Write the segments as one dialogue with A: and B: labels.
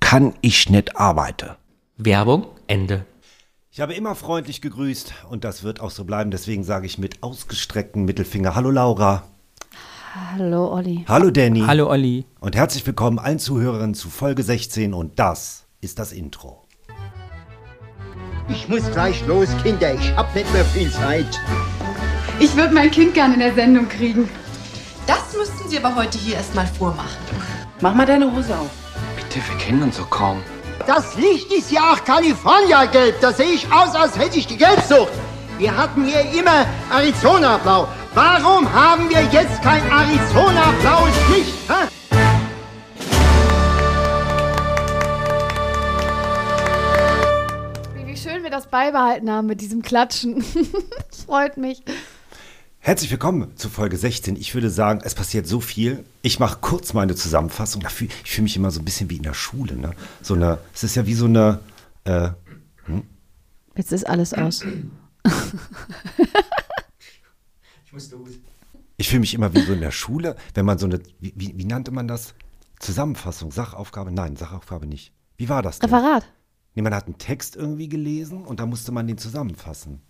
A: kann ich nicht arbeiten.
B: Werbung, Ende.
A: Ich habe immer freundlich gegrüßt und das wird auch so bleiben. Deswegen sage ich mit ausgestrecktem Mittelfinger Hallo Laura,
C: Hallo Olli.
A: Hallo Danny
B: Hallo Olli.
A: und herzlich willkommen allen Zuhörerinnen zu Folge 16 und das ist das Intro.
D: Ich muss gleich los, Kinder. Ich hab nicht mehr viel Zeit.
E: Ich würde mein Kind gerne in der Sendung kriegen.
F: Das müssten Sie aber heute hier erstmal vormachen.
G: Mach mal deine Hose auf.
H: Bitte, wir kennen uns so kaum.
D: Das Licht ist ja auch California-gelb. Da sehe ich aus, als hätte ich die Gelbsucht. Wir hatten hier immer Arizona-Blau. Warum haben wir jetzt kein Arizona-blaues Licht? Hä?
C: Wie schön wir das beibehalten haben mit diesem Klatschen. Freut mich.
A: Herzlich willkommen zu Folge 16. Ich würde sagen, es passiert so viel. Ich mache kurz meine Zusammenfassung. Da fühl- Ich fühle mich immer so ein bisschen wie in der Schule. Ne? So eine, es ist ja wie so eine, äh,
C: Jetzt ist alles aus.
A: ich fühle mich immer wie so in der Schule, wenn man so eine, wie, wie, wie nannte man das? Zusammenfassung, Sachaufgabe? Nein, Sachaufgabe nicht. Wie war das? Denn?
C: Referat.
A: Nee, man hat einen Text irgendwie gelesen und da musste man den zusammenfassen.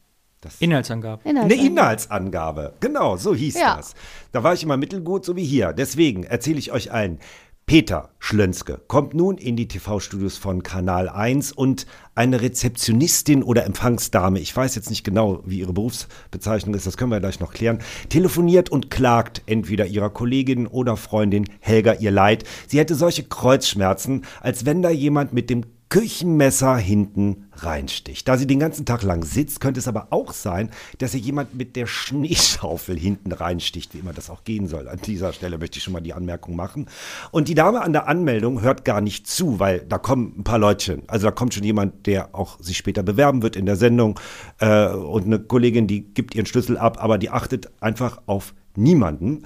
A: Das
B: Inhaltsangabe.
A: Eine
C: Inhaltsangabe.
A: Inhaltsangabe. Genau, so hieß
C: Ja.
A: das. Da war ich immer mittelgut, so wie hier. Deswegen erzähle ich euch allen. Peter Schlönske kommt nun in die TV-Studios von Kanal 1 und eine Rezeptionistin oder Empfangsdame, ich weiß jetzt nicht genau, wie ihre Berufsbezeichnung ist, das können wir gleich noch klären, telefoniert und klagt entweder ihrer Kollegin oder Freundin Helga ihr Leid. Sie hätte solche Kreuzschmerzen, als wenn da jemand mit dem Küchenmesser hinten reinsticht. Da sie den ganzen Tag lang sitzt, könnte es aber auch sein, dass ihr jemand mit der Schneeschaufel hinten reinsticht, wie immer das auch gehen soll. An dieser Stelle möchte ich schon mal die Anmerkung machen. Und die Dame an der Anmeldung hört gar nicht zu, weil da kommen ein paar Leutchen. Also da kommt schon jemand, der auch sich später bewerben wird in der Sendung. Äh, und eine Kollegin, die gibt ihren Schlüssel ab, aber die achtet einfach auf niemanden.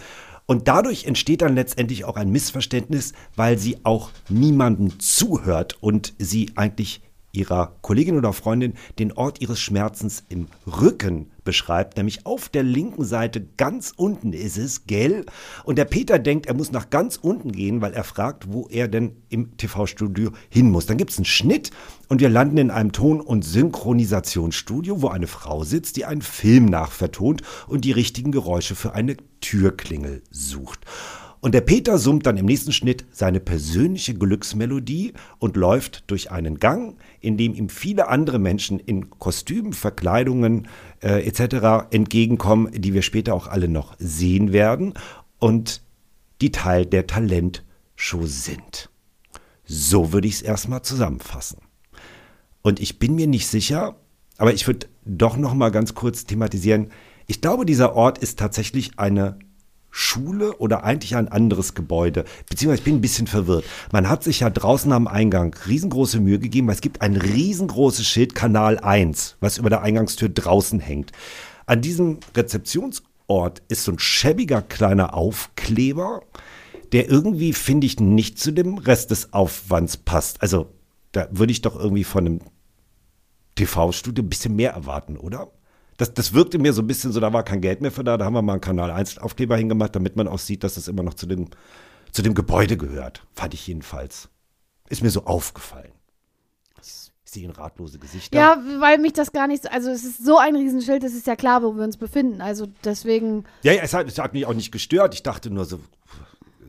A: Und dadurch entsteht dann letztendlich auch ein Missverständnis, weil sie auch niemandem zuhört und sie eigentlich ihrer Kollegin oder Freundin den Ort ihres Schmerzens im Rücken beschreibt, nämlich auf der linken Seite ganz unten ist es, gell? Und der Peter denkt, er muss nach ganz unten gehen, weil er fragt, wo er denn im TV-Studio hin muss. Dann gibt es einen Schnitt und wir landen in einem Ton- und Synchronisationsstudio, wo eine Frau sitzt, die einen Film nachvertont und die richtigen Geräusche für eine Türklingel sucht. Und der Peter summt dann im nächsten Schnitt seine persönliche Glücksmelodie und läuft durch einen Gang, in dem ihm viele andere Menschen in Kostümen, Verkleidungen äh, etc. entgegenkommen, die wir später auch alle noch sehen werden und die Teil der Talentshow sind. So würde ich es erstmal zusammenfassen. Und ich bin mir nicht sicher, aber ich würde doch noch mal ganz kurz thematisieren. Ich glaube, dieser Ort ist tatsächlich eine Schule oder eigentlich ein anderes Gebäude. Beziehungsweise ich bin ein bisschen verwirrt. Man hat sich ja draußen am Eingang riesengroße Mühe gegeben, weil es gibt ein riesengroßes Schild Kanal 1, was über der Eingangstür draußen hängt. An diesem Rezeptionsort ist so ein schäbiger kleiner Aufkleber, der irgendwie, finde ich, nicht zu dem Rest des Aufwands passt. Also da würde ich doch irgendwie von einem TV-Studio ein bisschen mehr erwarten, oder? Das, das wirkte mir so ein bisschen so, da war kein Geld mehr für da, da haben wir mal einen Kanal 1 Aufkleber hingemacht, damit man auch sieht, dass das immer noch zu dem, zu dem Gebäude gehört. Fand ich jedenfalls. Ist mir so aufgefallen. Ich sehe in ratlose Gesichter.
C: Ja, weil mich das gar nicht. so- Also, es ist so ein Riesenschild, es ist ja klar, wo wir uns befinden. Also, deswegen.
A: Ja, ja es, hat, es hat mich auch nicht gestört. Ich dachte nur so,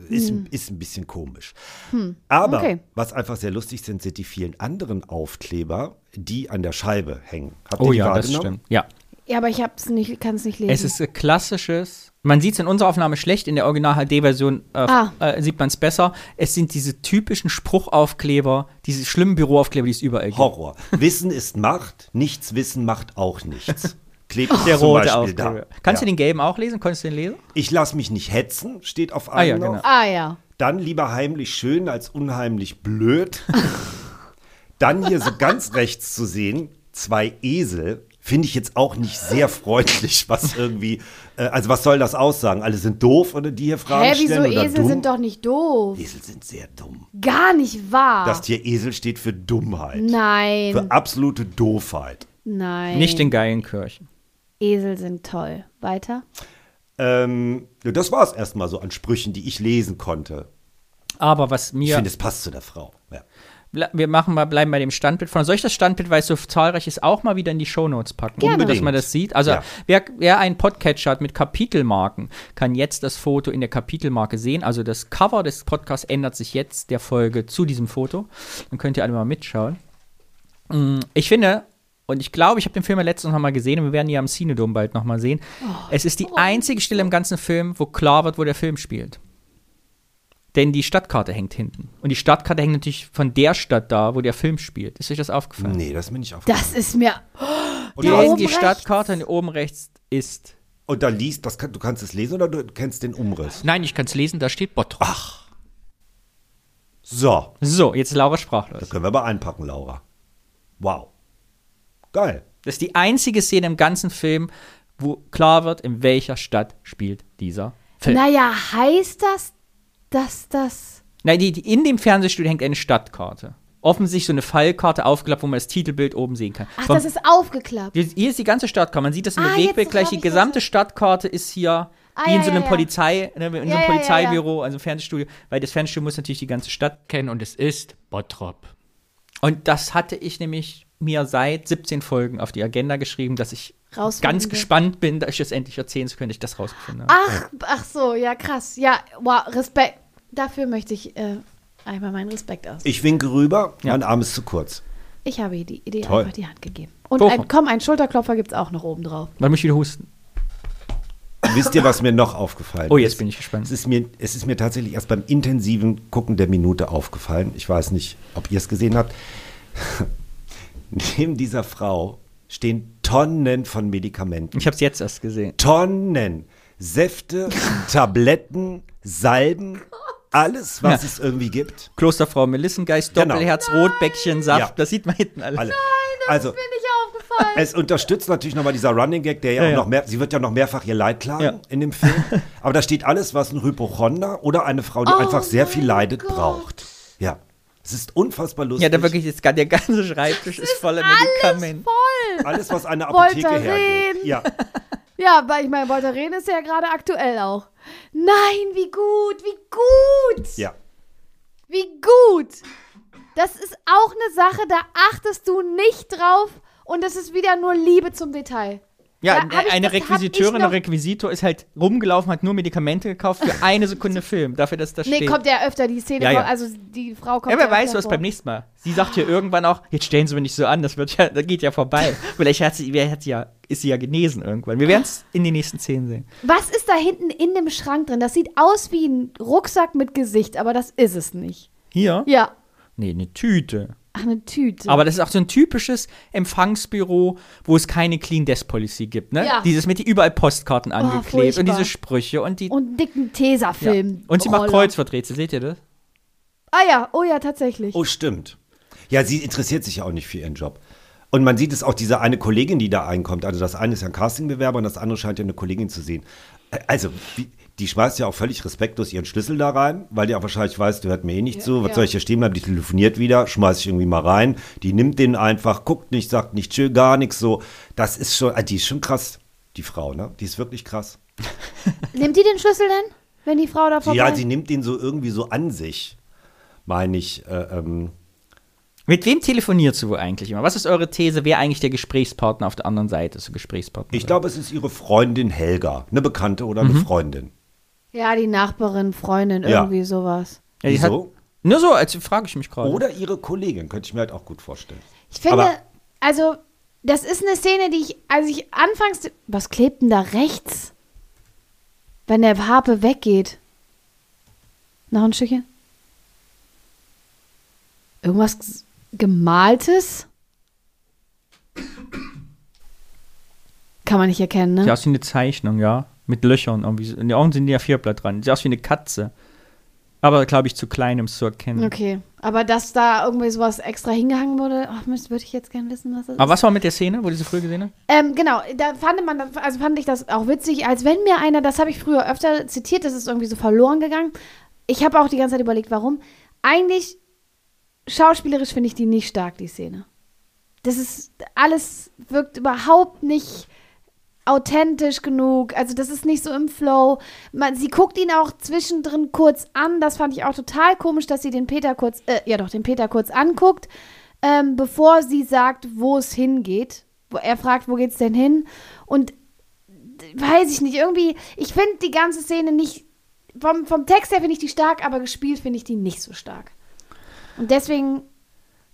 A: ist, ist ein bisschen komisch. Aber
C: Hm. okay.
A: was einfach sehr lustig sind, sind die vielen anderen Aufkleber, die an der Scheibe hängen. Habt
B: Oh
A: ihr die
B: ja, das
A: wahrgenommen?
B: stimmt. Ja.
C: Ja, aber ich hab's nicht, kann's nicht lesen.
B: Es ist ein klassisches. Man sieht es in unserer Aufnahme schlecht, in der Original-HD-Version äh,
C: Ah.
B: äh, sieht man es besser. Es sind diese typischen Spruchaufkleber, diese schlimmen Büroaufkleber, die es überall gibt.
A: Horror. Wissen ist Macht, nichts wissen macht auch nichts. Klebt
B: Der
A: zum
B: rote
A: Beispiel da.
B: Aufkleber. Kannst
A: ja.
B: du den gelben auch lesen? Konntest du den lesen?
A: Ich lass mich nicht hetzen, steht auf einem
B: Ah ja,
A: noch.
B: genau.
C: ah, ja.
A: Dann lieber heimlich schön als unheimlich blöd. Dann hier so ganz rechts zu sehen, zwei Esel, finde ich jetzt auch nicht sehr freundlich, was irgendwie, äh, also was soll das aussagen? Alle sind doof oder die hier Fragen
C: Hä, wieso
A: stellen oder
C: Esel
A: dumm?
C: sind doch nicht doof?
A: Esel sind sehr dumm.
C: Gar nicht wahr.
B: Ah.
A: Das Tier Esel steht für Dummheit. Für
C: Nein,
A: absolute Doofheit.
C: nein.
B: Nicht in Geilenkirchen.
C: Esel sind toll. Weiter.
A: Ähm, ja, das war es erstmal so an Sprüchen, die ich lesen konnte.
B: Aber was
A: Ich
B: mir.
A: finde, es passt zu der Frau. Ja.
B: Ble- Wir machen mal, bleiben bei dem Standbild. Von solch das Standbild, weil es so zahlreich ist, auch mal wieder in die Shownotes packen,
A: Gerne.
B: dass man das sieht. Also
A: Ja.
B: wer, wer einen Podcatcher hat mit Kapitelmarken, kann jetzt das Foto in der Kapitelmarke sehen. Also das Cover des Podcasts ändert sich jetzt der Folge zu diesem Foto. Dann könnt ihr alle mal mitschauen. Mm, Ich finde, und ich glaube, ich habe den Film ja letztens noch mal gesehen und wir werden ihn ja am Cinedom bald noch mal sehen.
C: Oh,
B: es ist die einzige Stelle im ganzen Film, wo klar wird, wo der Film spielt. Denn die Stadtkarte hängt hinten. Und die Stadtkarte hängt natürlich von der Stadt da, wo der Film spielt. Ist euch das aufgefallen?
I: Mhm.
A: Nee, das ist mir nicht aufgefallen.
C: Das ist mir.
A: Und,
C: da
A: da-
B: Denn
C: oben
B: die
C: rechts.
B: Stadtkarte und oben rechts ist.
A: und da liest, das kann, du kannst es lesen oder du kennst den Umriss.
I: Nein, ich kann es lesen, da steht Bottrop.
A: So,
B: So, jetzt ist Laura
A: das
B: sprachlos.
A: können wir aber einpacken, Laura. Wow. Geil.
B: Das ist die einzige Szene im ganzen Film, wo klar wird, in welcher Stadt spielt dieser Film. Nein,
C: Naja, heißt das, dass das.
B: die, die, in dem Fernsehstudio hängt eine Stadtkarte. Offensichtlich so eine Fallkarte aufgeklappt, wo man das Titelbild oben sehen kann.
C: Ach,
B: Vom-
C: das ist aufgeklappt.
B: hier hier ist die ganze Stadtkarte. Man sieht das in der
C: Ah, jetzt
B: Wegbild gleich.
C: hab
B: Die
C: ich das-
B: gesamte Stadtkarte ist hier
C: Ah,
B: wie in
C: ja,
B: so einem
C: ja, ja.
B: Polizei, ne, in einem
C: Ja, ja, ja,
B: Polizeibüro, also im Fernsehstudio, weil das Fernsehstudio muss natürlich die ganze Stadt
I: Kennen und es ist Bottrop.
B: Und das hatte ich nämlich mir seit 17 Folgen auf die Agenda geschrieben, dass ich
C: Rausfinden
B: ganz
C: will.
B: gespannt bin, dass ich das endlich erzählen zu können, dass ich das rausgefunden habe.
C: Ach, ach so, ja, krass. Ja, wow, Respekt. Dafür möchte ich äh, einmal meinen Respekt aus.
A: Ich winke rüber,
B: Ja.
A: mein Arm ist zu kurz.
C: Ich habe ihr die Idee
A: Toll.
C: einfach die Hand gegeben. Und
B: Wovon?
C: ein, komm, einen Schulterklopfer gibt's auch noch oben drauf.
B: Dann muss ich wieder husten.
A: Wisst ihr, was mir noch aufgefallen
B: Oh,
A: ist?
B: jetzt bin ich
A: Es
B: gespannt.
A: ist, mir, es ist mir tatsächlich erst beim intensiven Gucken der Minute aufgefallen. Ich weiß nicht, ob ihr es gesehen habt. Neben dieser Frau stehen Tonnen von Medikamenten.
B: Ich habe es jetzt erst gesehen.
A: Tonnen. Säfte, Tabletten, Salben, alles, was
B: Ja.
A: es irgendwie gibt.
B: Klosterfrau Melissengeist,
A: Genau.
B: Doppelherz, Rotbäckchen, Saft,
A: Ja.
B: das sieht man hinten alles.
A: Alle. also,
C: Nicht aufgefallen.
A: es unterstützt natürlich nochmal dieser Running Gag, der ja,
B: Ja,
A: auch
B: ja.
A: noch mehr, sie wird ja noch mehrfach ihr Leid klagen
B: Ja.
A: in dem Film. Aber da steht alles, was ein Hypochonder oder eine Frau, die einfach sehr viel leidet, braucht. Ja. Es ist unfassbar lustig.
B: Ja, da wirklich jetzt gar der ganze Schreibtisch ist voller Medikamenten.
C: Voll.
A: Alles, was eine
C: Wollte
A: Apotheke hergibt.
C: reden.
A: Ja.
C: Ja, weil ich meine, Voltaren ist ja gerade aktuell auch. Nein, wie gut, wie gut.
A: ja.
C: Wie gut! Das ist auch eine Sache, da achtest du nicht drauf und das ist wieder nur Liebe zum Detail.
B: Ja,
C: Da hab ich-
B: eine
C: das hab ich
B: Requisiteurin
C: noch-
B: oder Requisitor ist halt rumgelaufen, hat nur Medikamente gekauft für eine Sekunde Film, dafür, dass das
C: Nee,
B: steht.
C: kommt ja öfter, die Szene,
B: Ja, ja.
C: kommt- also die Frau kommt
B: Ja, wer
C: ja
B: weiß,
C: öfter
B: was
C: vor.
B: beim nächsten Mal. Sie sagt hier irgendwann auch, jetzt stellen Sie mich nicht so an, das wird ja, das geht ja vorbei. Vielleicht hat sie, wer hat sie ja, ist sie ja genesen irgendwann. Wir werden es in den nächsten Szenen sehen.
C: Was ist da hinten in dem Schrank drin? Das sieht aus wie ein Rucksack mit Gesicht, aber das ist es nicht.
B: Hier?
C: Ja,
B: Nee, eine Tüte.
C: ach, eine Tüte.
B: Aber das ist auch so ein typisches Empfangsbüro, wo es keine Clean Desk Policy gibt, ne?
C: Ja. Ah,
B: Dieses mit die überall Postkarten angeklebt und
C: furchtbar.
B: diese Sprüche und die.
C: und einen dicken
B: ja.
C: Tesafilm.
B: Und sie macht
C: Roller.
B: Kreuzverträtsel, seht ihr das?
C: Ah ja, oh ja, tatsächlich.
A: Oh, stimmt. Ja, sie interessiert sich ja auch nicht für ihren Job. Und man sieht es auch, diese eine Kollegin, die da einkommt. Also das eine ist ja ein Castingbewerber und das andere scheint ja eine Kollegin zu sehen. Äh, Also, wie- die schmeißt ja auch völlig respektlos ihren Schlüssel da rein, weil die auch wahrscheinlich weiß, du hört mir eh nicht zu, was soll ich hier stehen bleiben, die telefoniert wieder, schmeiß ich irgendwie mal rein. Die nimmt den einfach, guckt nicht, sagt nicht tschö, gar nichts so. Das ist schon, ah, die ist schon krass, die Frau, ne? Die ist wirklich krass.
C: Nimmt die den Schlüssel denn, wenn die Frau da vorbei
A: Ja, sie nimmt den so irgendwie so an sich, meine ich. Äh, ähm,
B: Mit wem telefonierst du wohl eigentlich immer? Was ist eure These, wer eigentlich der Gesprächspartner auf der anderen Seite ist? Gesprächspartner.
A: ich glaube, es ist ihre Freundin Helga, eine Bekannte oder eine Freundin.
C: ja, die Nachbarin, Freundin,
A: Ja.
C: irgendwie sowas.
B: Ja, die
A: Wieso?
B: Hat, nur so, als frage ich mich gerade.
A: Oder ihre Kollegin, könnte ich mir halt auch gut vorstellen.
C: Ich finde,
A: Aber-
C: also, das ist eine Szene, die ich, als ich anfangs. Was klebt denn da rechts? Wenn der Harpe weggeht. Noch ein Stückchen? Irgendwas g- Gemaltes? Kann man nicht erkennen, ne?
B: Sieht aus wie eine Zeichnung, ja. Mit Löchern irgendwie. In den Augen sind die ja vierblatt dran. Sieht aus wie eine Katze. Aber glaube ich zu klein, um es zu erkennen.
C: Okay. Aber dass da irgendwie sowas extra hingehangen wurde, ach, das würde ich jetzt gerne wissen, was das ist.
B: Aber was war mit der Szene, wo diese früh gesehen hat?
C: Ähm, genau, da fand man, also fand ich das auch witzig, als wenn mir einer, das habe ich früher öfter zitiert, das ist irgendwie so verloren gegangen. Ich habe auch die ganze Zeit überlegt, warum. Eigentlich, schauspielerisch finde ich die nicht stark, die Szene. Das ist, alles wirkt überhaupt nicht authentisch genug, also das ist nicht so im Flow. Man, sie guckt ihn auch zwischendrin kurz an, das fand ich auch total komisch, dass sie den Peter kurz, äh, ja doch, den Peter kurz anguckt ähm, bevor sie sagt, wo es hingeht. Wo- Er fragt, wo geht's denn hin? Und d- weiß ich nicht, irgendwie, ich finde die ganze Szene nicht, vom, vom Text her finde ich die stark, aber gespielt finde ich die nicht so stark. Und deswegen,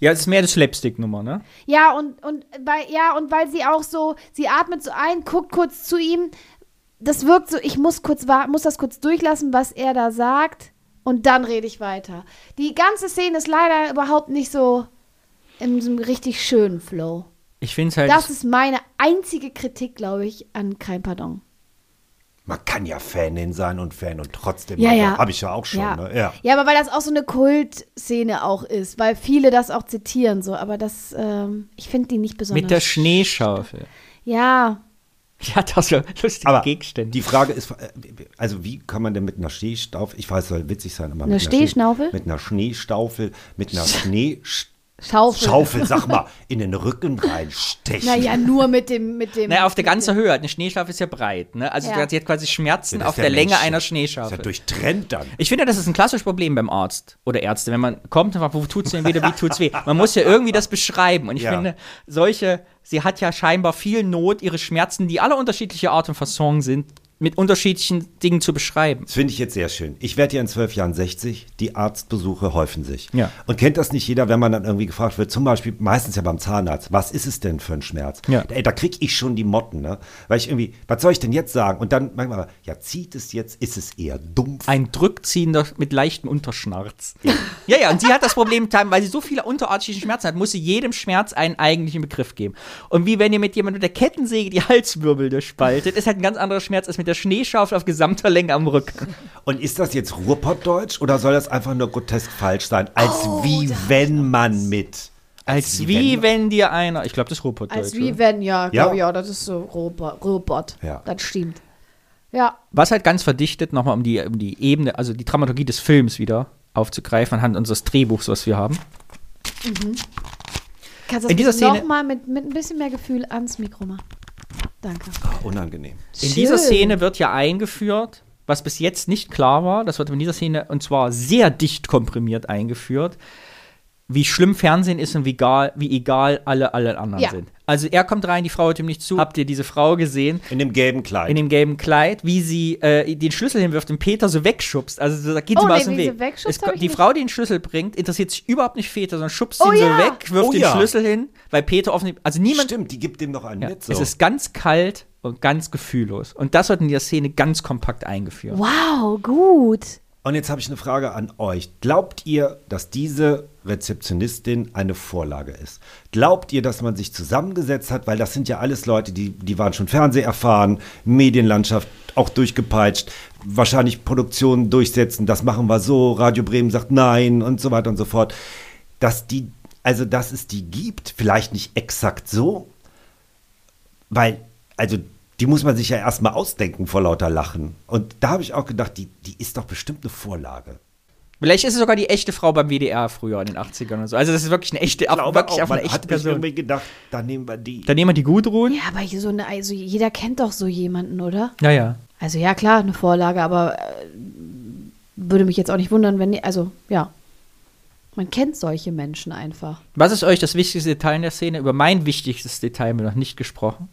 B: Ja, es ist mehr das Slapstick-Nummer, ne?
C: ja, und, und, weil, ja, und weil sie auch so, sie atmet so ein, guckt kurz zu ihm, das wirkt so, ich muss kurz, wa- muss das kurz durchlassen, was er da sagt, und dann rede ich weiter. Die ganze Szene ist leider überhaupt nicht so in so einem richtig schönen Flow.
B: Ich finde es halt.
C: Das ist meine einzige Kritik, glaube ich, an Kein Pardon.
A: Man kann ja Fanin sein und Fan und trotzdem.
C: Ja,
A: Also,
C: ja.
A: Hab ich ja auch schon, ne? Ja.
C: ja, aber weil das auch so eine Kultszene auch ist, weil viele das auch zitieren so, aber das, ähm, ich finde die nicht besonders.
B: mit der Schneeschaufel.
C: Ja,
B: Ja, das war lustige
A: Aber
B: Gegenstände.
A: die Frage ist, äh, also wie kann man denn mit einer Stehstaufel, ich weiß, soll witzig sein, aber
C: Eine
A: mit Schnee-
C: Stehschnaufel?
A: Mit einer Schneestaufel, mit einer Schneeschaufel,
C: Schaufel.
A: sag mal, in den Rücken reinstechen.
C: Naja, nur mit dem, mit dem.
B: naja, auf der ganzen Höhe. Eine Schneeschaufel ist ja breit, ne? Also
C: Ja.
B: sie hat quasi Schmerzen
A: Das ist
B: auf der Länge
A: Mensch.
B: einer
A: Ist ja
B: Schneeschaufel.
A: durchtrennt dann.
B: Ich finde, das ist ein klassisches Problem beim Arzt oder Ärzte. Wenn man kommt und fragt, wo tut's denn wieder, wie tut's weh? Man muss ja irgendwie das beschreiben. Und ich
A: Ja.
B: finde, solche, sie hat ja scheinbar viel Not, ihre Schmerzen, die alle unterschiedlicher Art und Fasson sind, mit unterschiedlichen Dingen zu beschreiben.
A: Das finde ich jetzt sehr schön. Ich werde ja in zwölf Jahren 60. Die Arztbesuche häufen sich.
B: Ja.
A: Und kennt das nicht jeder, wenn man dann irgendwie gefragt wird, zum Beispiel meistens ja beim Zahnarzt, was ist es denn für ein Schmerz?
B: Ja.
A: Ey, da kriege ich schon die Motten, ne? Weil ich irgendwie, was soll ich denn jetzt sagen? Und dann manchmal, ja, zieht es jetzt, ist es eher dumpf.
B: Ein drückziehender mit leichtem Unterschnarz. ja, ja, und sie hat das Problem, weil sie so viele unterartige Schmerzen hat, muss sie jedem Schmerz einen eigentlichen Begriff geben. Und wie wenn ihr mit jemandem mit der Kettensäge die Halswirbel durchspaltet, ist halt ein ganz anderer Schmerz als mit der Schneeschaufel auf gesamter Länge am Rücken.
A: Und ist das jetzt Ruhrpottdeutsch oder soll das einfach nur grotesk falsch sein? Als wie wenn man mit.
B: Als wie wenn dir einer. Ich glaube, das ist Ruhrpottdeutsch.
C: Als
B: oder?
C: wie wenn, ja,
A: Ja.
C: glaube ich auch, das ist so Robot. Robot.
A: Ja.
C: Das stimmt. Ja,
B: Was halt ganz verdichtet, nochmal um die, um die Ebene, also die Dramaturgie des Films wieder aufzugreifen, anhand unseres Drehbuchs, was wir haben.
C: kannst du
B: In dieser
C: das
B: Szene-
C: nochmal mit, mit ein bisschen mehr Gefühl ans Mikro machen. Danke.
A: Unangenehm.
B: In dieser
C: Schön.
B: Szene wird ja eingeführt, was bis jetzt nicht klar war, das wird in dieser Szene und zwar sehr dicht komprimiert eingeführt, wie schlimm Fernsehen ist und wie egal, wie egal alle, alle anderen
C: Ja.
B: sind. Also er kommt rein, die Frau hört ihm nicht zu. Habt ihr diese Frau gesehen?
A: In dem gelben Kleid.
B: In dem gelben Kleid, wie sie äh, den Schlüssel hinwirft und Peter so wegschubst. Also so, da geht
C: Oh,
B: sie mal
C: nee,
B: aus dem
C: wie sie
B: Weg.
C: wegschubst,
B: Es-
C: hab ich
B: die
C: nicht-
B: Frau, die den Schlüssel bringt, interessiert sich überhaupt nicht Peter, sondern schubst
C: Oh
B: ihn so
C: ja.
B: weg, wirft
A: Oh
B: den
A: ja.
B: Schlüssel hin, weil Peter offensichtlich. Also niemand.
A: Stimmt, die gibt dem noch einen
B: Ja,
A: mit. So.
B: Es ist ganz kalt und ganz gefühllos. Und das wird in der Szene ganz kompakt eingeführt.
C: Wow, gut.
A: Und jetzt habe ich eine Frage an euch. Glaubt ihr, dass diese Rezeptionistin eine Vorlage ist? Glaubt ihr, dass man sich zusammengesetzt hat? Weil das sind ja alles Leute, die, die waren schon Fernseh erfahren, Medienlandschaft auch durchgepeitscht, wahrscheinlich Produktionen durchsetzen, das machen wir so, Radio Bremen sagt nein und so weiter und so fort. Dass die, also dass es die gibt, vielleicht nicht exakt so, weil, also die muss man sich ja erstmal ausdenken vor lauter Lachen. Und da habe ich auch gedacht, die, die ist doch bestimmt eine Vorlage.
B: Vielleicht ist es sogar die echte Frau beim WDR früher in den 80ern oder so. Also das ist wirklich eine echte,
A: Ich glaube
B: wirklich
A: auch,
B: auf eine
A: man
B: echte
A: hat mich
B: Person.
A: irgendwie gedacht, dann nehmen wir die.
B: Dann nehmen wir die Gudrun.
C: Ja, aber hier so eine, also jeder kennt doch so jemanden, oder?
B: Ja, ja.
C: Also ja, klar, eine Vorlage, aber äh, würde mich jetzt auch nicht wundern, wenn, also ja. Man kennt solche Menschen einfach.
B: Was ist euch das wichtigste Detail in der Szene? Über mein wichtigstes Detail haben wir noch nicht gesprochen.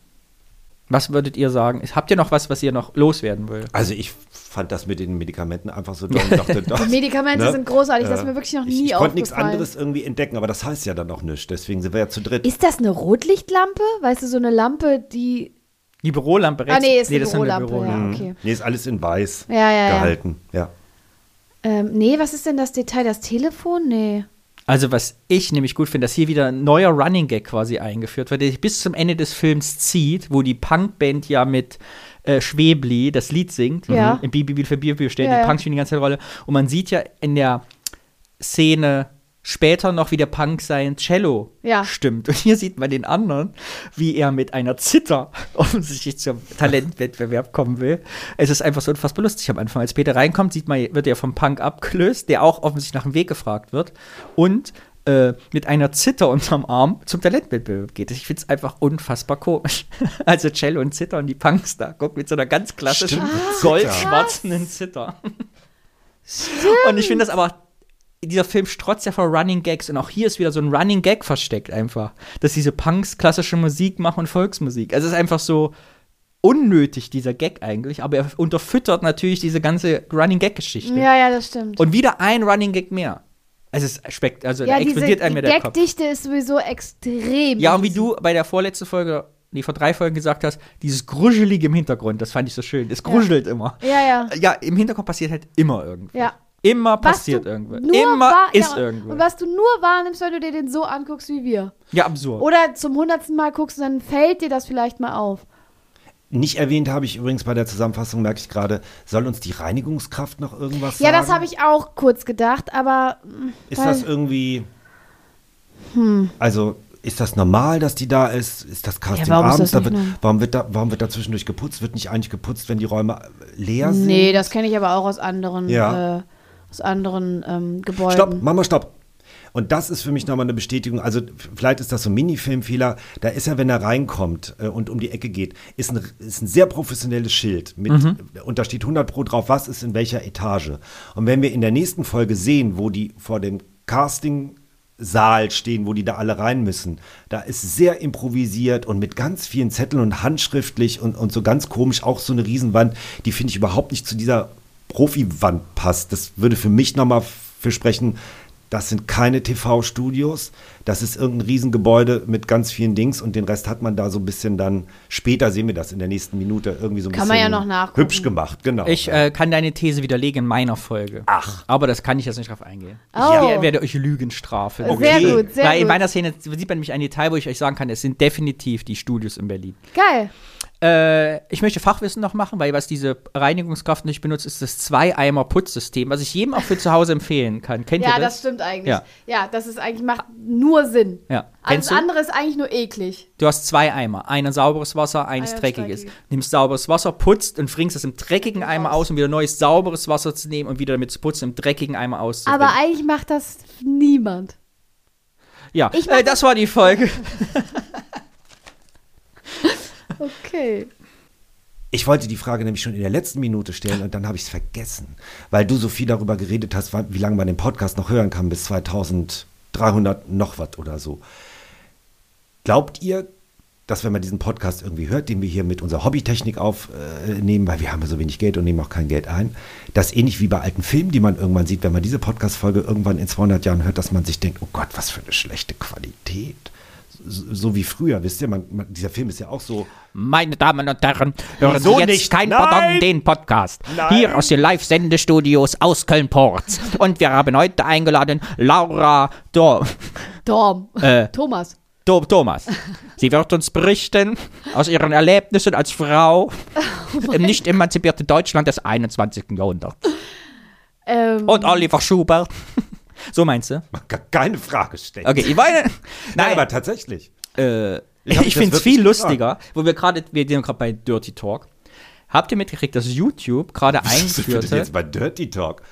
B: Was würdet ihr sagen? Habt ihr noch was, was ihr noch loswerden wollt?
A: Also ich fand das mit den Medikamenten einfach so toll und dachte, das, ne?
C: Medikamente sind großartig, das ist mir wirklich noch
A: ich,
C: nie
A: Ich konnte nichts
C: aufgefallen.
A: anderes irgendwie entdecken, aber das heißt ja dann auch nichts. Deswegen sind wir ja zu dritt.
C: Ist das eine Rotlichtlampe? Weißt du, so eine Lampe, die.
B: Die Bürolampe
C: Ah,
B: rechts?
C: nee, ist eine
B: das ist nur
C: Bürolampe. ja, okay.
A: Mhm. nee, ist alles in weiß
C: Ja, ja, ja.
A: gehalten. Ja.
C: Ähm, nee, was ist denn das Detail? Das Telefon? Nee.
B: Also was ich nämlich gut finde, dass hier wieder ein neuer Running Gag quasi eingeführt wird, der sich bis zum Ende des Films zieht, wo die Punkband ja mit äh, Schwebli das Lied singt.
C: Ja.
B: Im Bibi für Bibi steht,
C: Ja,
B: die
C: ja.
B: Punk spielt die ganze Rolle. Und man sieht ja in der Szene später noch, wie der Punk sein Cello
C: Ja.
B: stimmt. Und hier sieht man den anderen, wie er mit einer Zither offensichtlich zum Talentwettbewerb kommen will. Es ist einfach so unfassbar lustig am Anfang. Als Peter reinkommt, sieht man, wird er vom Punk abgelöst, der auch offensichtlich nach dem Weg gefragt wird. Und äh, mit einer Zither unterm Arm zum Talentwettbewerb geht. Ich finde es einfach unfassbar komisch. Also Cello und Zither und die Punks da. Guck, mit so einer ganz klassischen
A: Stimmt, Zither.
B: goldschwarzenen Zither. Und ich finde das aber, dieser Film strotzt ja vor Running Gags und auch hier ist wieder so ein Running Gag versteckt einfach, dass diese Punks klassische Musik machen und Volksmusik. Also es ist einfach so unnötig, dieser Gag eigentlich, aber er unterfüttert natürlich diese ganze Running Gag-Geschichte.
C: Ja, ja, das stimmt.
B: Und wieder ein Running Gag mehr. Es ist spekt, also
C: ja,
B: da explodiert einem
C: die
B: ja der Kopf.
C: Gagdichte ist sowieso extrem.
B: Ja, und wie du bei der vorletzten Folge, nee, vor drei Folgen gesagt hast, dieses Gruschelige im Hintergrund, das fand ich so schön. Es gruschelt immer.
C: Ja, ja.
B: Ja, im Hintergrund passiert halt immer irgendwas.
C: Ja.
B: Immer
C: Was
B: passiert
C: du
B: irgendwas.
C: nur
B: Immer
C: wahr-
B: ist
C: ja,
B: irgendwas.
C: Und was du nur wahrnimmst, wenn du dir den so anguckst wie wir.
B: ja, absurd.
C: Oder zum hundertsten Mal guckst, und dann fällt dir das vielleicht mal auf.
A: Nicht erwähnt habe ich übrigens bei der Zusammenfassung, merke ich gerade, soll uns die Reinigungskraft noch irgendwas
C: Ja,
A: sagen?
C: das habe ich auch kurz gedacht, aber mh,
A: Ist
C: weil- Hm.
A: das irgendwie. Also. Ist das normal, dass die da ist? Ist das Casting
C: warum ist
A: abends?
C: das
A: da
C: nicht
A: wird,
C: normal?
A: warum, wird da, warum wird da zwischendurch geputzt? Wird nicht eigentlich geputzt, wenn die Räume leer sind?
C: Nee, das kenne ich aber auch aus anderen,
A: Ja.
C: äh, aus anderen ähm, Gebäuden.
A: Stopp, Mama, stopp. Und das ist für mich nochmal eine Bestätigung. Also, f- vielleicht ist das so ein Minifilmfehler. Da ist er, wenn er reinkommt äh, und um die Ecke geht, ist ein, ist ein sehr professionelles Schild. Mit, Und da steht 100 Pro drauf, was ist in welcher Etage. Und wenn wir in der nächsten Folge sehen, wo die vor dem Casting. Saal stehen, wo die da alle rein müssen. Da ist sehr improvisiert und mit ganz vielen Zetteln und handschriftlich und, und so ganz komisch auch so eine Riesenwand, die finde ich überhaupt nicht zu dieser Profiwand passt. Das würde für mich nochmal für sprechen, das sind keine TV-Studios, das ist irgendein Riesengebäude mit ganz vielen Dings und den Rest hat man da so ein bisschen dann, später sehen wir das in der nächsten Minute, irgendwie so ein
C: Kann man
A: bisschen
C: ja noch nachgucken.
A: hübsch gemacht, genau.
B: Ich äh, kann deine These widerlegen in meiner Folge.
A: Ach.
B: Aber das kann ich jetzt nicht drauf eingehen.
C: Oh.
B: Ich wer- werde euch Lügen strafen.
A: Okay.
C: Sehr gut, sehr
B: Weil in
C: gut.
B: meiner Szene sieht man nämlich ein Detail, wo ich euch sagen kann, es sind definitiv die Studios in Berlin.
C: Geil.
B: Äh, ich möchte Fachwissen noch machen, weil was diese Reinigungskraft nicht benutzt, ist das Zwei-Eimer-Putzsystem, was ich jedem auch für zu Hause empfehlen kann. Kennt
C: Ja,
B: ihr
C: das
B: das?
C: stimmt eigentlich. Ja,
B: Ja.
C: das ist eigentlich macht nur Sinn.
B: Ja.
C: Alles
B: Kennst du?
C: andere ist eigentlich nur eklig.
B: Du hast zwei Eimer. Einer sauberes Wasser, eines
C: Einer
B: dreckiges.
C: Ah dreckig.
B: Nimmst sauberes Wasser, putzt und bringst es im dreckigen Eimer aus, um wieder neues sauberes Wasser zu nehmen und wieder damit zu putzen, im dreckigen Eimer auszubringen.
C: Aber eigentlich macht das niemand.
B: ja,
C: ich mach
B: äh, das war die Folge.
C: Okay.
A: Ich wollte die Frage nämlich schon in der letzten Minute stellen und dann habe ich es vergessen, weil du so viel darüber geredet hast, wa- wie lange man den Podcast noch hören kann, bis 2300 noch was oder so. Glaubt ihr, dass wenn man diesen Podcast irgendwie hört, den wir hier mit unserer Hobbytechnik aufnehmen, weil wir haben ja so wenig Geld und nehmen auch kein Geld ein, dass ähnlich wie bei alten Filmen, die man irgendwann sieht, wenn man diese Podcast-Folge irgendwann in 200 Jahren hört, dass man sich denkt, oh Gott, was für eine schlechte Qualität. So, so wie früher, wisst ihr, man, man, dieser Film ist ja auch so...
B: Meine Damen und Herren, hören
A: Wieso
B: Sie jetzt
A: nicht?
B: kein
A: Nein!
B: Pardon, den Podcast.
A: Nein!
B: Hier aus den Live-Sendestudios aus Köln-Porz. Und wir haben heute eingeladen Laura Dor
C: Dom.
B: Äh.
C: Thomas.
B: Dom Thomas. Sie wird uns berichten aus ihren Erlebnissen als Frau
A: Oh
B: im nicht emanzipierten Deutschland des 21. Jahrhunderts.
C: Ähm,
B: Und Oliver Schubert. So meinst du?
A: Man kann keine Frage stellen.
B: Okay, ich meine.
A: Nein,
B: Nein,
A: aber tatsächlich.
B: äh,
A: Ich hab
B: ich,
A: mich das
B: finde es
A: wirklich
B: viel
A: gefragt.
B: lustiger, wo wir gerade, wir sind gerade bei Dirty Talk. Habt ihr mitgekriegt, dass YouTube gerade
A: Ich bin
B: einführte?
A: jetzt bei Dirty Talk.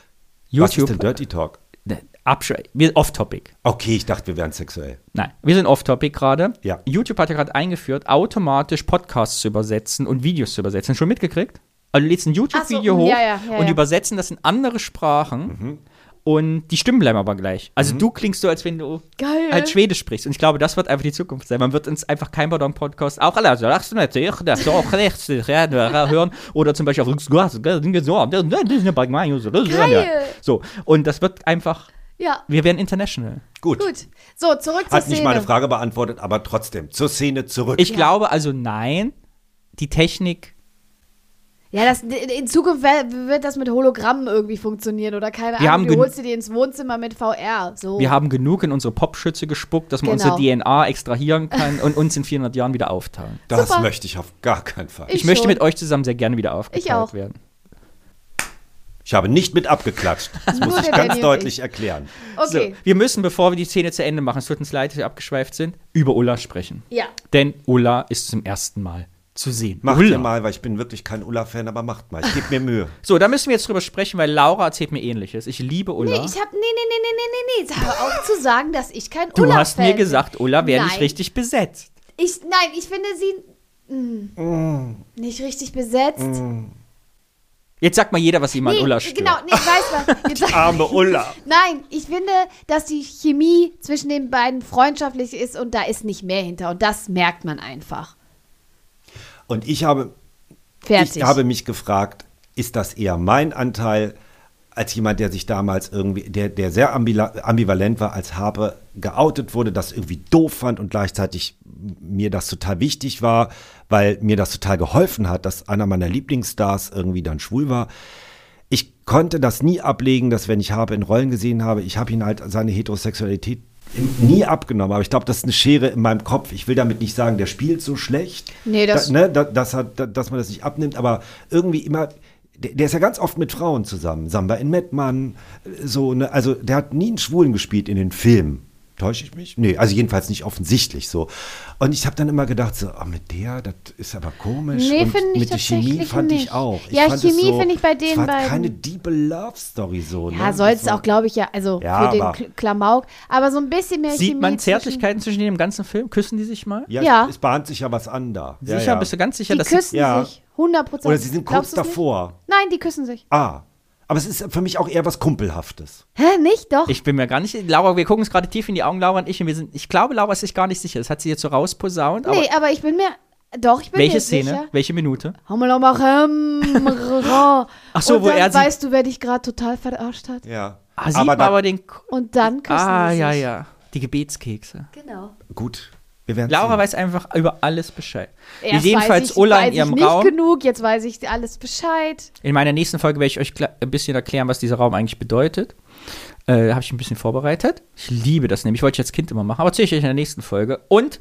A: Was ist
B: YouTube.
A: denn Dirty Talk?
B: Ne, Abschwe wir off-topic.
A: Okay, ich dachte, wir wären sexuell.
B: Nein, wir sind off-topic gerade.
A: Ja.
B: YouTube hat ja gerade eingeführt, automatisch Podcasts zu übersetzen und Videos zu übersetzen. Schon mitgekriegt? Also du lädst ein YouTube-Video
C: Ach so, mhm,
B: hoch
C: ja, ja, ja,
B: und
C: ja.
B: übersetzen das in andere Sprachen. Und die Stimmen bleiben aber gleich. Also du klingst so, als wenn du
C: Geil.
B: halt Schwedisch sprichst. Und ich glaube, das wird einfach die Zukunft sein. Man wird uns einfach kein Pardon-Podcast auch alle also, das natürlich, das auch rechts, hören. Oder zum Beispiel auf So, und das wird einfach,
C: ja,
B: wir werden international.
A: Gut.
C: gut. So, zurück zur
A: Hat
C: Szene.
A: nicht meine Frage beantwortet, aber trotzdem. Zur Szene zurück.
B: Ich glaube also nein, die Technik
C: Ja, das, in Zukunft wer- wird das mit Hologrammen irgendwie funktionieren oder keine
B: Wir haben
C: Ahnung. Du
B: gen-
C: holst dir die ins Wohnzimmer mit VR. So.
B: Wir haben genug in unsere Popschütze gespuckt, dass man
C: Oh. Genau.
B: unsere DNA extrahieren kann und uns in 400 Jahren wieder aufteilen.
A: Das
C: Super.
A: möchte ich auf gar keinen Fall.
C: Ich
B: Ich, möchte
C: schon.
B: mit euch zusammen sehr gerne wieder aufgeteilt
C: auch.
B: werden.
A: Ich habe nicht mit abgeklatscht. Das muss
C: Nur
A: ich
C: der Danny
A: ganz
C: und
A: deutlich erklären.
C: okay.
B: So, wir müssen, bevor wir die Szene zu Ende machen, es tut uns leid, dass wir abgeschweift sind, über Ulla sprechen.
C: Ja.
B: Denn Ulla ist zum ersten Mal zu sehen.
A: Macht
B: Ulla.
A: ihr mal, weil ich bin wirklich kein Ulla-Fan, aber macht mal. Ich gebe mir Mühe.
B: So, da müssen wir jetzt drüber sprechen, weil Laura erzählt mir ähnliches. Ich liebe Ulla.
C: Nee, ich hab. Nee, nee, nee, nee, nee, nee, nee. Hör auf zu sagen, dass ich kein
B: du
C: Ulla
B: hast mir gesagt, Ulla wäre nicht
C: Nein.
B: richtig besetzt.
C: Ich, nein, ich finde sie.
A: Mm.
C: mh, Nicht richtig besetzt.
B: Jetzt sagt mal jeder, was ihm an Ulla stört.
C: genau, nee, ich weiß was. Jetzt sag-
A: Arme Ulla.
C: Nein, ich finde, dass die Chemie zwischen den beiden freundschaftlich ist und da ist nicht mehr hinter. Und das merkt man einfach.
A: Und ich habe,
C: Fertig.
A: ich habe mich gefragt, ist das eher mein Anteil als jemand, der sich damals irgendwie, der, der sehr ambila- ambivalent war, als Harpe geoutet wurde, das irgendwie doof fand und gleichzeitig mir das total wichtig war, weil mir das total geholfen hat, dass einer meiner Lieblingsstars irgendwie dann schwul war. ich konnte das nie ablegen, dass wenn ich Habe in Rollen gesehen habe, ich habe ihn halt seine Heterosexualität nie abgenommen. Aber ich glaube, das ist eine Schere in meinem Kopf. Ich will damit nicht sagen, der spielt so schlecht,
C: Nee, das-
A: da, ne, da, das hat, da, dass man das nicht abnimmt. Aber irgendwie immer, der, der ist ja ganz oft mit Frauen zusammen. Samba in Mettmann, äh, so, ne, also der hat nie einen Schwulen gespielt in den Filmen. Täusche ich mich? Nee, also jedenfalls nicht offensichtlich so. Und ich habe dann immer gedacht, so, oh, mit der, das ist aber komisch.
C: Nee,
A: Und
C: finde ich
A: mit der Chemie
C: tatsächlich
A: fand ich
C: nicht.
A: auch.
C: Ja,
A: fand es
C: Chemie finde ich bei den
A: es war
C: beiden.
A: keine diebe Love Story so.
C: Ja,
A: ne?
C: soll
A: Das
C: es
A: war-
C: auch, glaube ich, ja. Also
A: Ja,
C: für den
A: aber-
C: Kl- Klamauk. Aber so ein bisschen mehr
B: Sieht
C: Chemie.
B: man
C: zwischen-
B: Zärtlichkeiten zwischen dem ganzen Film? Küssen die sich mal?
A: Ja,
C: Ja.
A: Es, es bahnt sich ja was an da.
B: Sicher?
A: ja, ja.
B: Bist du ganz sicher,
C: Die
B: dass sie-
C: küssen
A: ja.
C: sich. 100 Prozent.
A: Oder sie sind kurz davor.
C: Nein, die küssen sich.
A: Ah. Aber es ist für mich auch eher was Kumpelhaftes.
C: Hä, nicht? Doch.
B: Ich bin mir gar nicht. Laura, wir gucken uns gerade tief in die Augen, Laura und ich. Und wir sind, ich glaube, Laura ist sich gar nicht sicher. Das hat sie jetzt so rausposaunt. Aber
C: nee, aber ich bin mir. Doch, ich bin
B: welche
C: mir
B: Szene?
C: sicher.
B: Welche Minute?
C: Hammelomachem.
B: Ach so,
C: und
B: wo
C: dann
B: er sie-
C: weißt du, wer dich gerade total verarscht hat.
A: Ja.
B: Ah, sieht
A: aber
B: aber,
A: da,
B: aber den.
C: Und dann küssen
B: Ah,
C: sie sich.
B: ja, ja. Die Gebetskekse.
C: Genau.
A: gut. Wir werden
B: Laura
A: sehen.
B: weiß einfach über alles Bescheid.
C: Erst
B: Jedenfalls
C: weiß ich,
B: Ulla
C: weiß
B: in ihrem
C: ich nicht
B: Raum.
C: genug, jetzt weiß ich alles Bescheid.
B: In meiner nächsten Folge werde ich euch kla- ein bisschen erklären, was dieser Raum eigentlich bedeutet. Äh, Habe ich ein bisschen vorbereitet. Ich liebe das nämlich. Wollte ich als Kind immer machen, aber erzähle ich euch in der nächsten Folge. Und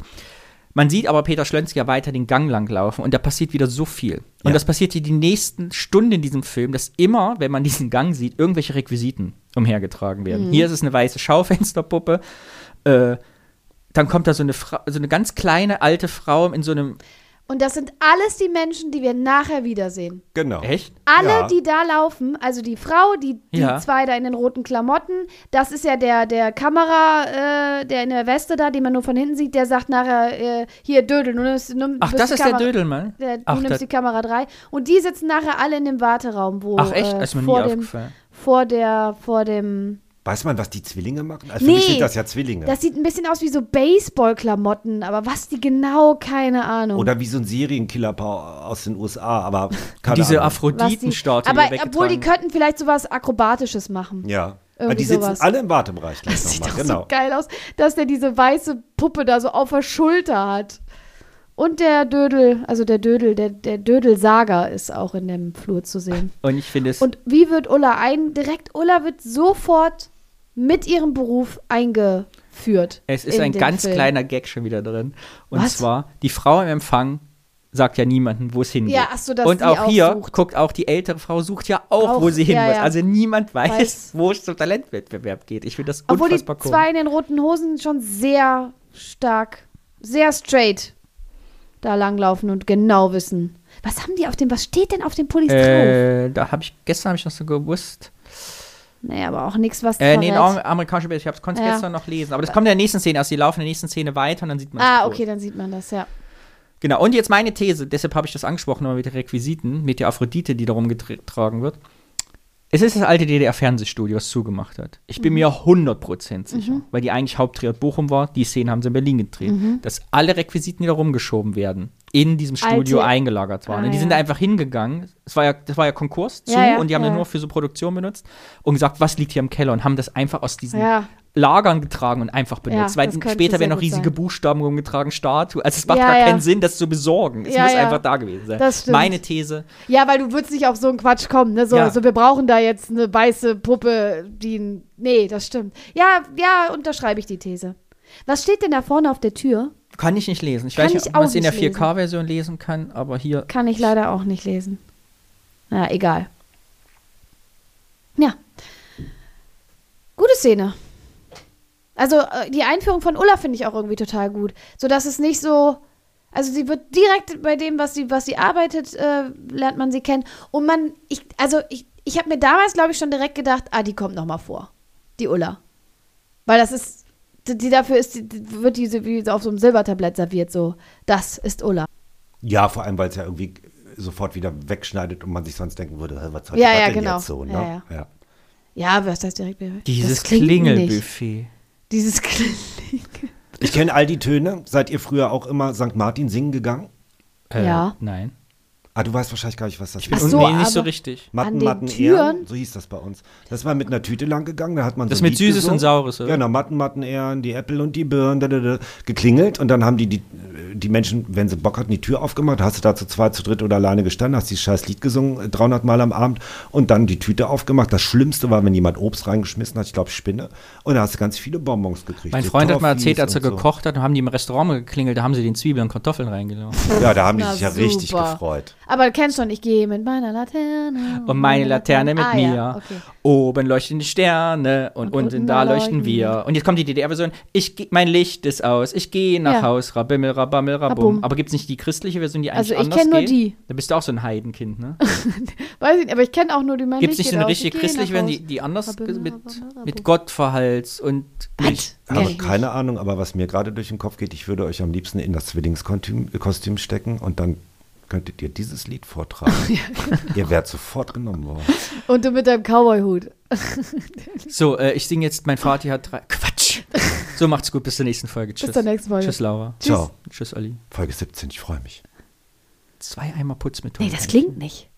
B: man sieht aber Peter Schlönzky ja weiter den Gang lang laufen und da passiert wieder so viel. Und
A: Ja.
B: das passiert hier die nächsten Stunden in diesem Film, dass immer, wenn man diesen Gang sieht, irgendwelche Requisiten umhergetragen werden. Hier ist es eine weiße Schaufensterpuppe. Äh, dann kommt da so eine, Fra so eine ganz kleine alte Frau in so einem.
C: Und das sind alles die Menschen, die wir nachher wiedersehen.
A: Genau.
B: Echt?
C: Alle,
A: Ja.
C: die da laufen, also die Frau, die, die
B: Ja.
C: zwei da in den roten Klamotten, das ist ja der, der Kamera, äh, der in der Weste da, den man nur von hinten sieht, der sagt nachher, äh, hier, Dödel, du nimmst, nimm,
B: Ach,
C: bist
B: das
C: die
B: ist der
C: Kamera-
B: Dödelmann.
C: Der, du
B: Ach,
C: nimmst
B: das-
C: die Kamera 3. Und die sitzen nachher alle in dem Warteraum, wo
B: Ach, echt?
C: äh,
B: Das ist mir nie
C: vor, dem,
B: aufgefallen.
C: vor der, vor dem
A: Weiß man, was die Zwillinge machen? Also für
C: Nee.
A: mich sind das ja Zwillinge.
C: Das sieht ein bisschen aus wie so Baseball-Klamotten, aber was die genau, keine Ahnung.
A: Oder wie so ein Serienkiller-Paar aus den USA, aber keine Ahnung.
C: was
B: Diese
C: die,
B: Aphroditenstatue.
C: aber
B: weggetragen
C: obwohl die
B: wird.
C: könnten vielleicht sowas Akrobatisches machen.
A: Ja.
C: Irgendwie
A: Aber die sitzen
C: sowas.
A: alle im Wartebereich gleich
C: Das sieht
A: nochmal.
C: doch
A: Genau.
C: so geil aus, dass der diese weiße Puppe da so auf der Schulter hat. Und der Dödel, also der Dödel, der, der Dödel-Sager ist auch in dem Flur zu sehen.
B: Und ich finde es.
C: Und wie wird Ulla ein? Direkt Ulla wird sofort mit ihrem Beruf eingeführt.
B: Es ist
C: in
B: ein
C: den
B: ganz
C: Film.
B: kleiner Gag schon wieder drin. Und
C: Was?
B: zwar, die Frau im Empfang sagt ja niemandem, wo es hingeht.
C: Ja, ach so, dass
B: Und
C: die
B: auch hier
C: aufsucht.
B: guckt auch die ältere Frau, sucht ja auch,
C: Auch,
B: wo sie hin
C: ja,
B: muss.
C: ja.
B: Also niemand weiß,
C: Weiß.
B: wo es zum Talentwettbewerb geht. Ich finde das
C: Obwohl die
B: unfassbar komisch.
C: zwei in den roten Hosen schon sehr stark, sehr straight da langlaufen und genau wissen. Was haben die auf dem, was steht denn auf dem Pullis drauf?
B: äh, da habe ich, gestern habe ich noch so gewusst.
C: Naja, aber auch nichts, was
B: Äh, nee, in
C: verrät.
B: amerikanische Bild, ich hab's- konnte es
C: Ja.
B: gestern noch lesen. Aber das kommt in der nächsten Szene, also die laufen in der nächsten Szene weiter und dann sieht man
C: Ah, okay, dann sieht man das, ja.
B: Genau, und jetzt meine These, deshalb habe ich das angesprochen, nochmal mit den Requisiten, mit der Aphrodite, die da rumgetragen wird. Es ist das alte DDR-Fernsehstudio, was zugemacht hat. Ich
C: Mhm.
B: bin mir 100% sicher, weil die eigentlich Hauptdrehort Bochum war, die Szenen haben sie in Berlin gedreht, dass alle Requisiten, die da rumgeschoben werden, in diesem Studio
C: Mhm. Alte-
B: eingelagert waren.
C: Ah,
B: und die sind
C: ja.
B: da einfach hingegangen. Es war ja, das war ja Konkurs zu
C: Ja, ja,
B: und die haben
C: ja,
B: den
C: ja.
B: nur für so Produktion benutzt und gesagt, was liegt hier im Keller und haben das einfach aus diesen
C: Ja.
B: Lagern getragen und einfach benutzt.
C: das
B: Weil
C: könnte
B: später
C: sehr
B: werden noch
C: gut
B: riesige
C: sein.
B: Buchstaben rumgetragen, Statue. Also es macht
C: Ja,
B: gar
C: ja.
B: keinen Sinn, das zu besorgen. Es
C: Ja,
B: muss
C: ja.
B: einfach da gewesen sein.
C: Das stimmt.
B: Meine These.
C: Ja, weil du würdest nicht auf so einen Quatsch kommen, ne? So,
B: Ja.
C: so wir brauchen da jetzt eine weiße Puppe, die ein Nee, das stimmt. Ja, ja, unterschreibe ich die These. Was steht denn da vorne auf der Tür?
B: Kann ich nicht lesen. Ich
C: Kann
B: weiß
C: ich
B: nicht, ob man
C: auch
B: es in der
C: nicht lesen.
B: 4K-Version lesen kann, aber hier.
C: Kann ich leider auch nicht lesen. Na, egal. Ja. Gute Szene. Also äh, die Einführung von Ulla finde ich auch irgendwie total gut. So dass es nicht so. Also sie wird direkt bei dem, was sie, was sie arbeitet, äh, lernt man sie kennen. Und man, ich, also ich, ich habe mir damals, glaube ich, schon direkt gedacht, ah, die kommt nochmal vor. Die Ulla. Weil das ist, die, die dafür ist, die, die wird diese wie so auf so einem Silbertablett serviert, so. Das ist Ulla.
A: Ja, vor allem, weil es ja irgendwie sofort wieder wegschneidet und man sich sonst denken würde, hä, was hat
C: Ja,
A: das
C: ja,
A: denn
C: genau.
A: jetzt so? Ne?
C: Ja,
A: ja.
C: Ja, was heißt direkt?
B: Dieses
C: Das klingt nicht.
B: Klingelbuffet.
C: Dieses Klingel.
A: Ich kenne all die Töne. Seid ihr früher auch immer St. Martin singen gegangen?
B: Äh,
C: Ja.
B: Nein.
A: Ah, du weißt wahrscheinlich gar nicht, was das
C: Ach
A: ist.
C: so,
B: nee, nicht so
C: aber-
B: richtig.
A: Matten,
C: An den
A: Matten,
C: Türen?
A: Ehren, so hieß das bei uns. Das war mit einer Tüte lang gegangen, da hat man
B: Das
A: so ein
B: mit
A: Lied
B: Süßes und
A: gesungen.
B: Saures, oder?
A: Genau, Matten, Matten, Ehren, die Äpfel und die Birnen, da, da, da, geklingelt und dann haben die, die die Menschen, wenn sie Bock hatten, die Tür aufgemacht, hast du da zu zweit, zu dritt oder alleine gestanden, hast dieses scheiß Lied gesungen, äh, 300 Mal am Abend und dann die Tüte aufgemacht. Das Schlimmste war, wenn jemand Obst reingeschmissen hat, ich glaube Spinne, und da hast du ganz viele Bonbons gekriegt.
B: Mein
A: so
B: Freund hat mal
A: Toffees
B: erzählt, als er
A: und so.
B: gekocht hat, haben die im Restaurant mal geklingelt, da haben sie den Zwiebeln und Kartoffeln reingelaufen.
A: Ja, da haben die
C: Na,
A: sich ja richtig
C: super.
A: gefreut.
C: Aber du kennst schon, ich gehe mit meiner Laterne.
B: Und meine Laterne mit
C: ah,
B: mir.
C: Ja, okay.
B: Oben leuchten die Sterne und,
C: unten
B: unten
C: da
B: da leuchten
C: leuchten
B: wir. Und jetzt kommt die DDR-Version. Ich geh, mein Licht ist aus. Ich gehe nach
C: Ja.
B: Haus. Rabimmel, rabammel, rabum.
C: Rabum.
B: Aber gibt's nicht die christliche Version, die
C: Also
B: eigentlich
C: ich
B: anders
C: kenn nur
B: geht?
C: die.
B: Da bist du auch so ein Heidenkind, ne?
C: Weiß ich nicht, aber ich kenne auch nur die Männer.
B: Gibt's nicht so eine richtige christliche Version, die, die anders
C: Rabimmel,
B: ge- mit,
C: rabammel, rabum.
B: mit Gottverhals und mit
A: Habe
C: ich nicht.
A: keine Ahnung, aber was mir gerade durch den Kopf geht, ich würde euch am liebsten in das Zwillingskostüm äh, Kostüm stecken und dann könntet ihr dieses Lied vortragen. ihr wärt sofort genommen worden.
C: Und du mit deinem Cowboy-Hut.
B: So, äh, ich singe jetzt, mein Vati hat drei. Quatsch! So, macht's gut, bis zur nächsten Folge. Tschüss.
C: zur nächsten Folge.
B: Tschüss, Laura.
A: Ciao.
B: Tschüss, Olli.
A: Folge 17, ich freue mich.
B: Zwei Eimer Putz mit
C: Nee, das klingt nicht.